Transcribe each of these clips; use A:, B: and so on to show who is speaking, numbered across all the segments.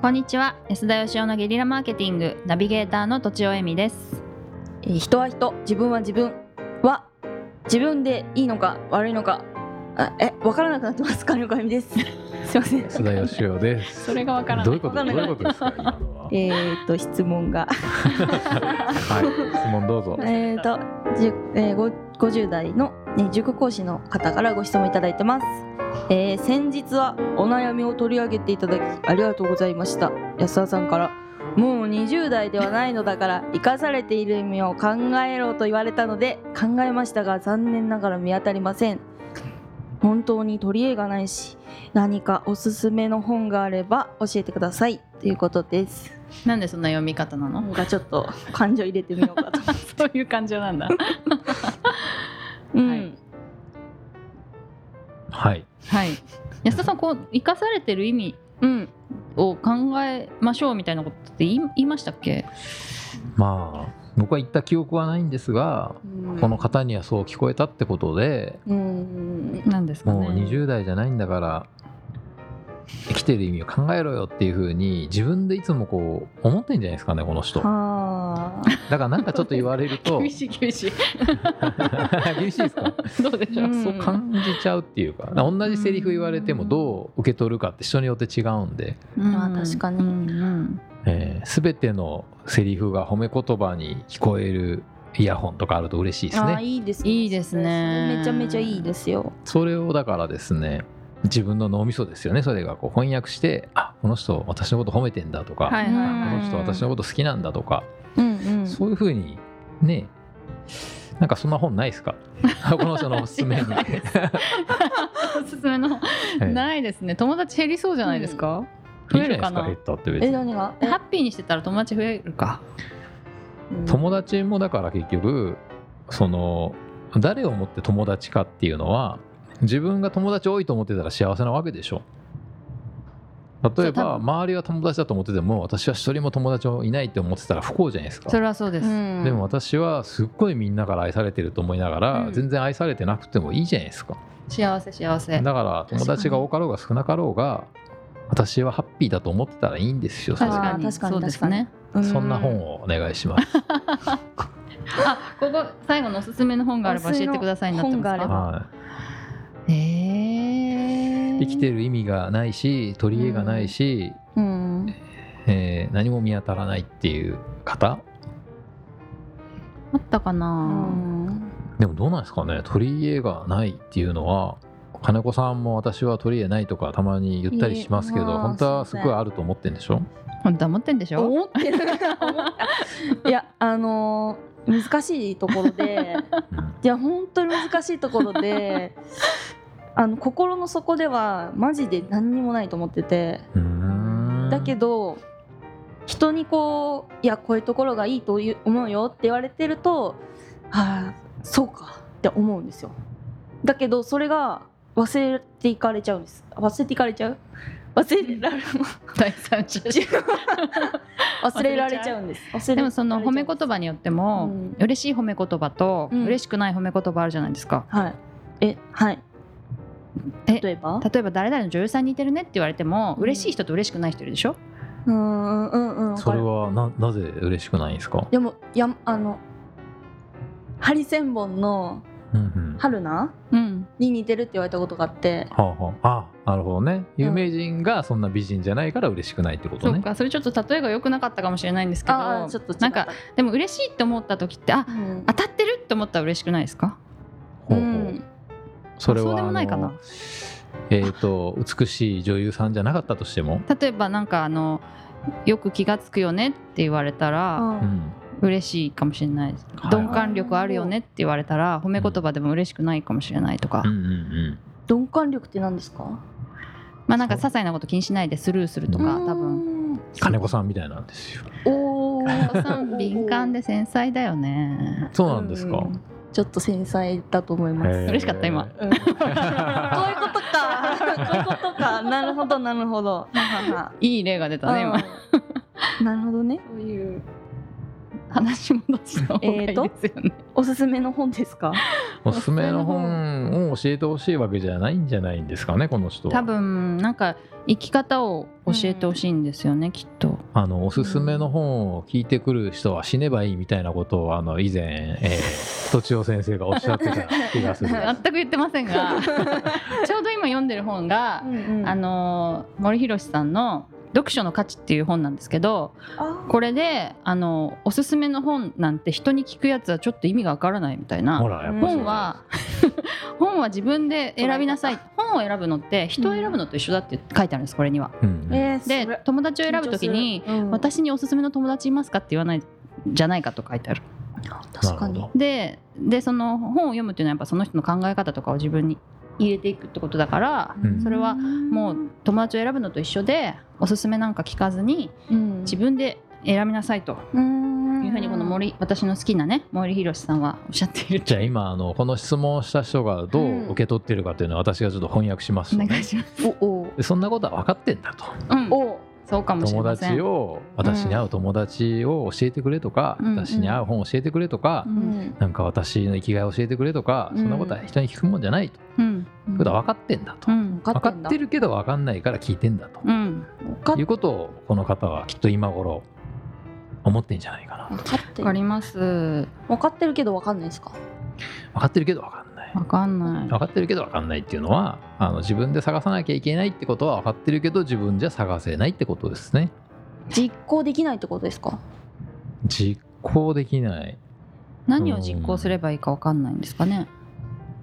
A: こんにちは安田義雄のゲリラマーケティングナビゲーターの土尾恵美です
B: えー人は人自分は自分は自分でいいのか悪いのかあえ分からな くなってます金岡由美ですすいません
C: 須田義雄です。
A: それがわからない
C: どういうこと
B: わ
C: ど
B: か
C: うん
B: ない
C: いうことですか今のは。
B: えー、っと質問が
C: はい質問どうぞ。
B: えーっと、じゅえー、ご50代の、ね、塾講師の方からご質問いただいてます、えー先日はお悩みを取り上げていただきありがとうございました安田さんからもう20代ではないのだから生かされている意味を考えろと言われたので考えましたが残念ながら見当たりません本当に取り柄がないし何かおすすめの本があれば教えてくださいということです
A: なんでそんな読み方な
B: なん
A: の
B: かちょっ と感情入れてみようかと、
A: そういう感情なんだ
B: うん
A: はい
C: はい。
A: はい安田さんこう生かされてる意味
B: うん
A: を考えましょうみたいなことって言い言いましたっけ
C: まあ僕は言った記憶はないんですが、この方にはそう聞こえたってことで、
B: うん
A: なんですかね
C: もう20代じゃないんだから生きてる意味を考えろよっていう風に自分でいつもこう思ってんじゃないですかねこの人。だ
B: はあ
C: からなんかちょっと言われると
A: 厳しい厳しい
C: 厳しいですか。
A: どうでしょう、
B: うん
C: そう感じちゃうっていうか同じセリフ言われてもどう受け取るかって人によって違うんで、
B: まあ確かに
A: うんうん
C: えー、全てのセリフが褒め言葉に聞こえるイヤホンとかあると嬉しいです
B: あー
C: ね
B: いいです
A: いいですね
B: それめちゃめちゃいいですよ。
C: それをだからですね自分の脳みそですよねそれがこう翻訳してあこの人私のこと褒めてんだとか、
A: はい
B: うん
C: こ
A: はい
C: の人私のこと好きなんだとか、
B: うんうん。
C: そういうふうにねなんかそんな本ないですか この人のおすす めに、
A: おすすめのないですね友達減りそうじゃないですか、
C: いい
A: 増
C: じ
A: える
C: ゃないで
A: か
C: すか
A: な
C: ヘッダーって別
B: え
C: に
B: 何が？
A: ハッピーにしてたら友達増えるか
C: 友達もだから結局その誰をもって友達かっていうのは自分が友達多いと思ってたら幸せなわけでしょ例え
A: そう多分
C: ば周りは友達だと思ってても私は一人も友達もいないって思ってたら不幸じゃないですか
A: それはそうです、
B: うん
C: でも私はすっごいみんなから愛されてると思いながら、
A: うん
C: 全然愛されてなくてもいいじゃないですか
A: 幸せ幸せ
C: だから友達が多かろうが少なかろうが私はハッピーだと思ってたらいいんですよそれ
A: 確かに
B: あー確かに
A: そうですね
B: うん
C: そんな本をお願いします
A: あここ最後のおすすめの本があれば教えてくださいになってます
B: おすすめ
A: か
B: の本が
C: はい
A: えー、
C: 生きてる意味がないし取り柄がないし、
B: うん。
C: えー何も見当たらないっていう方
A: あったかな、
C: でもどうなんですかね取り柄がないっていうのは金子さんも私は取り柄ないとかたまに言ったりしますけど
B: いえまあ
C: 本当はすごいあると思ってんでしょ
A: 本当は思ってんでしょ
B: 思ってる。思ったいやあのー難しいところで、
C: うん
B: いや本当に難しいところで。あの心の底ではマジで何にもないと思ってて
C: うーん
B: だけど人にこう「いやこういうところがいいという思うよ」って言われてると「はあそうか」って思うんですよだけどそれが忘れていかれちゃうんです忘れていかれちゃう忘れられ
A: 第三 者
B: 忘れられちゃうんです忘れ
A: でもその褒め言
B: と
A: 葉によっても、
B: うん
A: 嬉しい褒め言葉と、
B: うん
A: 嬉しくない褒め言葉あるじゃないですか
B: はいえはい
A: え
B: 例えば
A: 例えば誰々の女優さんに似てるねって言われても、
B: うん
A: 嬉しい人と嬉しくない人いるでしょ
B: うーんうんうんわ
C: そ
B: か
C: れ
B: る
C: はななぜ嬉しくないんですか、
B: でもやんあのハリセンボンの
C: うんうんは
B: 春菜
A: うん
B: に似てるって言われたことがあって
C: あはああなるほどね有名人がそんな美人じゃないから嬉しくないってこと
A: そう
C: ね、
A: かそれちょっと例えが良くなかったかもしれないんですけ
B: あ
A: ど
B: あちょっと違った
A: なんかでも嬉しいって思った時ってあ
B: うん
A: 当たってるって思ったら嬉しくないですか
C: ほうほう
B: うん
C: それは
A: そうでもないかな
C: あのえっ、と美しい女優さんじゃなかったとしても
A: 例えばなんかあのよく気がつくよねって言われたら
C: うん、
A: 嬉しいかもしれないです
C: はい
A: 鈍感力あるよねって言われたら褒め言葉でも嬉しくないかもしれないとか、
C: うんうん
B: 鈍感力って何ですか
A: まあなんか些細なこと気にしないでスルーするとか多分
B: 分
C: うん、金子さんみたいなんですよ。
B: おお
A: さん敏感で繊細だよね
C: そうなんですか。
B: ちょっと繊細だと思います、
C: へー
A: 嬉しかった今。
B: うんこういうこと かこういうことかなるほどなるほど
A: いい例が出たね今
B: うんなるほどね
A: そういう話戻した方がいいですよね、
B: おすすめの本ですか
C: おすすめの本を教えてほしいわけじゃないんじゃないんですかねこの人は
D: 多分なんか生き方を教えてほしいんですよね、きっと
C: あのおすすめの本を聞いてくる人は死ねばいいみたいなことをあの以前、えー、とちお先生がおっしゃってた気がする
A: 全く言ってませんがちょうど今読んでる本が、あの森博さんの「読書の価値」っていう本なんですけどこれであのおすすめの本なんて人に聞くやつはちょっと意味がわからないみたいな
C: ほらやっぱそ
A: 本
C: うだ
A: は本は自分で選びなさい本を選ぶのって人を選ぶのと一緒だって書いてあるんですこれには。
C: うんうん
B: えー、
A: で友達を選ぶ時に、
B: うん
A: 私におすすめの友達いますかって言わないじゃないかと書いてある。
B: 確か
C: なる
B: に
C: ほ
A: ででその本を読むっていうのはやっぱその人の考え方とかを自分に入れていくってことだから
C: うん
A: それはもう
B: う
A: 友達を選ぶのと一緒でおすすめなんか聞かずに自分で選びなさいと
B: 分
A: いうふうにこの森私の好きなね森博さんはおっしゃっている
C: じゃあ今あのこの質問をした人がどう受け取ってるかというのは私がちょっと翻訳します
A: お
C: ね、
A: 願いします。
B: おお
C: でそんなことは分かってんだと
A: うん、
B: お
A: そうかもしれ
C: 友
A: ませ
C: 達
A: ん。
C: を私に会う友達を教えてくれとか、
A: うん
C: 私に合う本を教えてくれとか、
A: うん
C: なんか私の生きがいを教えてくれとか、
A: うん
C: そんなことは人に聞くもんじゃないと、
A: うん
C: いうことは分かってんだと、
A: うん
C: 分かってるけど分かんないから聞いてんだと、
A: うん
B: 分かっ
C: いうことをこの方はきっと今頃思ってんじゃないかな
B: 分かって
A: わか
B: る
A: ります。
B: 分かってるけど分かんないですか
C: 分かってるけど分かんない
A: わかんない。
C: 分かってるけど分かんないっていうのはあの自分で探さなきゃいけないってことは分かってるけど自分じゃ探せないってことですね
B: 実行できないってことですか
C: 実行できない
A: 何を実行すればいいかわかんないんですかね。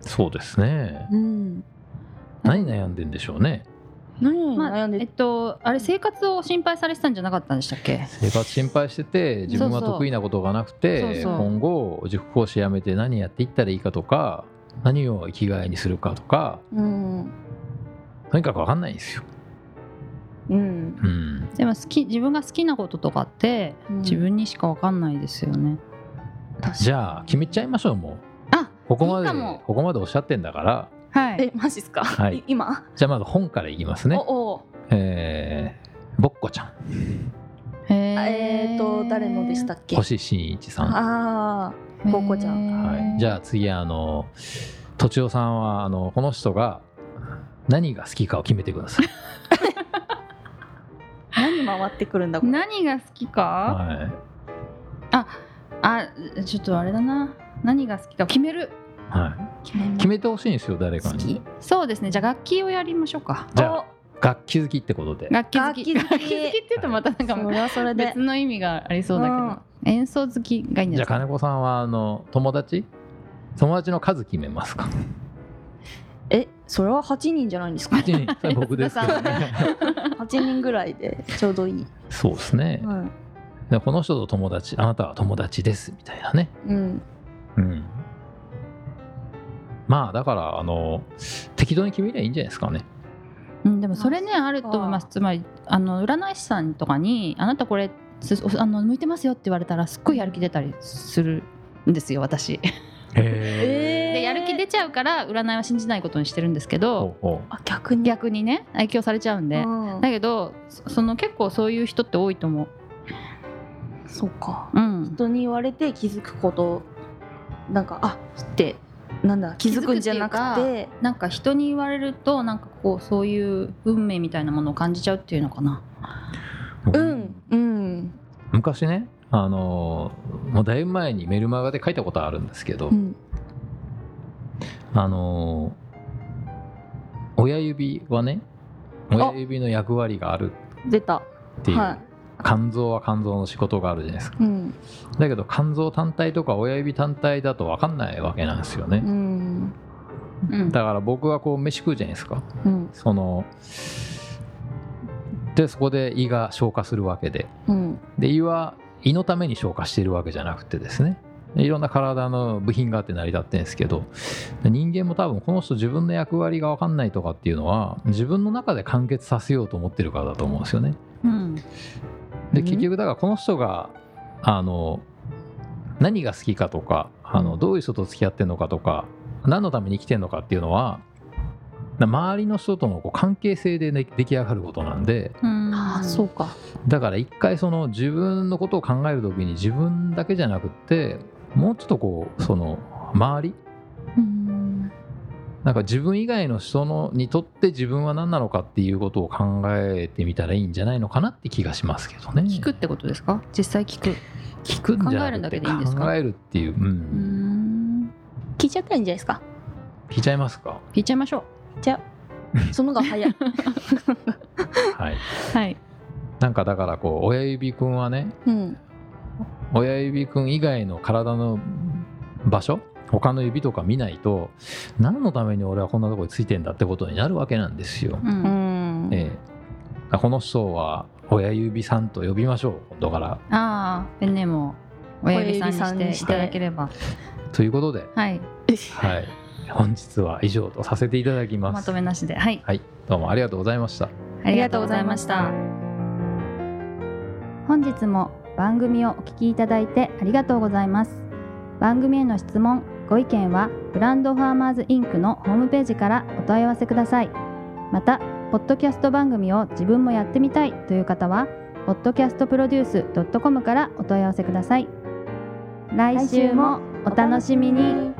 C: そうですね
B: うん
C: 何悩んでんでしょうね
B: 何
A: まあ
B: 悩んで
A: えっとあれ生活を心配されてたんじゃなかったんでしたっけ？
C: 生活心配してて自分
A: そう
C: は
A: そう
C: 得意なことがなくて
A: そうそう
C: 今後塾講師辞めて何やっていったらいいかとか何を生きがいにするかとか
B: うん
C: とにかく分かんないんですよ、
B: うん
C: うん、
A: でも好き自分が好きなこととかって
B: うん
A: 自分にしかわかんないですよね。
C: じゃあ決めちゃいましょうも
A: あ
C: うここまで
A: いいかも
C: ここまでおっしゃってんだから
A: は。
B: えマジっすか、
C: はい
B: い今、
C: じゃあまず本からいきますね
B: おお
C: えー、ぼっこちゃん
B: えっ、と誰のでしたっけ
C: 星新一さん
B: ああ
A: け
B: ぼっこちゃん
C: はい、じゃあ次あのとちおさんはあのこの人が何が好きかを決めてください、
B: 何回ってくるんだこれ
A: 何が好きか？
C: は
A: あちょっとあれだな。何が好きか決める。
C: いはい、決めてほしいんですよ誰か
B: 好
C: に
B: き
A: そうですね。じゃあ楽器をやりましょうか。
C: じゃあ楽器好きってことで
A: 楽器好き。
B: 楽器好き
A: 楽器好きって言うとまたなんか
B: それはそれで
A: 別の意味がありそうだけど、演奏好きがいいんじ
C: じ
A: ゃないで
C: ゃあ
A: すか。
C: 金子さんはあの友達友達の数決めますか
B: えそれは八人じゃないんですか
C: 別にそれ僕ですけ どね
B: 八人ぐらいでちょうどいい、
C: そうですね
B: うん
C: でこの人と友達あなたは友達ですみたいなね
B: うん、
C: うんまあだからあの適当に決めりゃいいんじゃないですかね
A: うん、でもそれね
B: あ
A: あると思いますつまりあの占い師さんとかに「あなたこれすあの向いてますよ」って言われたらすっごいやる気出たりするんですよ私。
B: え
A: でやる気出ちゃうから占いは信じないことにしてるんですけど
C: ほうほう
B: あ逆に
A: 逆にね愛嬌されちゃうんで。
B: うん
A: だけどそその結構そういう人って多いと思う。
B: そうか
A: うん、
B: 人に言われて気づくことなんかあってなんだ気づくんじゃなくて
A: なんか人に言われるとなんかこうそういう運命みたいなものを感じちゃうっていうのかな。
B: うんうん
C: 昔ねあのもうだいぶ前にメルマガで書いたことあるんですけど、
B: うん
C: あの親指はね親指の役割がある
B: 出た
C: っていう、
B: は
C: 肝臓は肝臓の仕事があるじゃないですか
B: いうん
C: だけど肝臓単体とか親指単体だと分かんないわけなんですよね、
B: うん
A: うん
C: だから僕はこう飯食うじゃないですか
B: うん
C: そのでそこで胃が消化するわけで
B: うん
C: で胃は胃のために消化しているわけじゃなくてですねいろんな体の部品があって成り立ってるんですけど人間も多分この人自分の役割が分かんないとかっていうのは自分の中で完結させようと思ってるからだと思うんですよね。
A: うん
C: で
A: うん
C: 結局だからこの人があの何が好きかとかあのどういう人と付き合ってるのかとか何のために生きてるのかっていうのは周りの人とのこう関係性で、ね、出来上がることなんで。
A: うん
B: ああそうか
C: だから一回その自分のことを考える時に自分だけじゃなくってもうちょっとこうその周り
A: うん
C: なんか自分以外の人のにとって自分は何なのかっていうことを考えてみたらいいんじゃないのかなって気がしますけどね。
A: 聞くってことですか実際聞く
C: 聞くんじ
A: 考え
C: ゃなくて
A: るだけでいいんですか
C: 考えるっていう、うん
A: うーん
B: 聞いちゃったらいいんじゃないですか
C: 聞いちゃいま すか。
A: 聞いちゃいましょ
B: その方が早い
C: はい。
A: うはい
C: なんかだからこう親指くんはね
B: うん
C: 親指くん以外の体の場所他の指とか見ないと何のために俺はこんなとこについてんだってことになるわけなんですよ。
A: う
B: うんん、
C: ええこの人は親指さんと呼びましょう今度から。
A: ああペンネームを親指さんに
B: 親指さんに
A: し
B: して
A: いただければ
C: ということで、
A: はい
C: はい、本日は以上とさせていただきま。
A: ますとめなしではい
C: はい、どうもありがとうございました。
A: ありがとうございました本日も番組をお聞きいただいてありがとうございます番組への質問ご意見はブランドファーマーズインクのホームページからお問い合わせくださいまたポッドキャスト番組を自分もやってみたいという方は podcastproduce.com からお問い合わせください来週もお楽しみに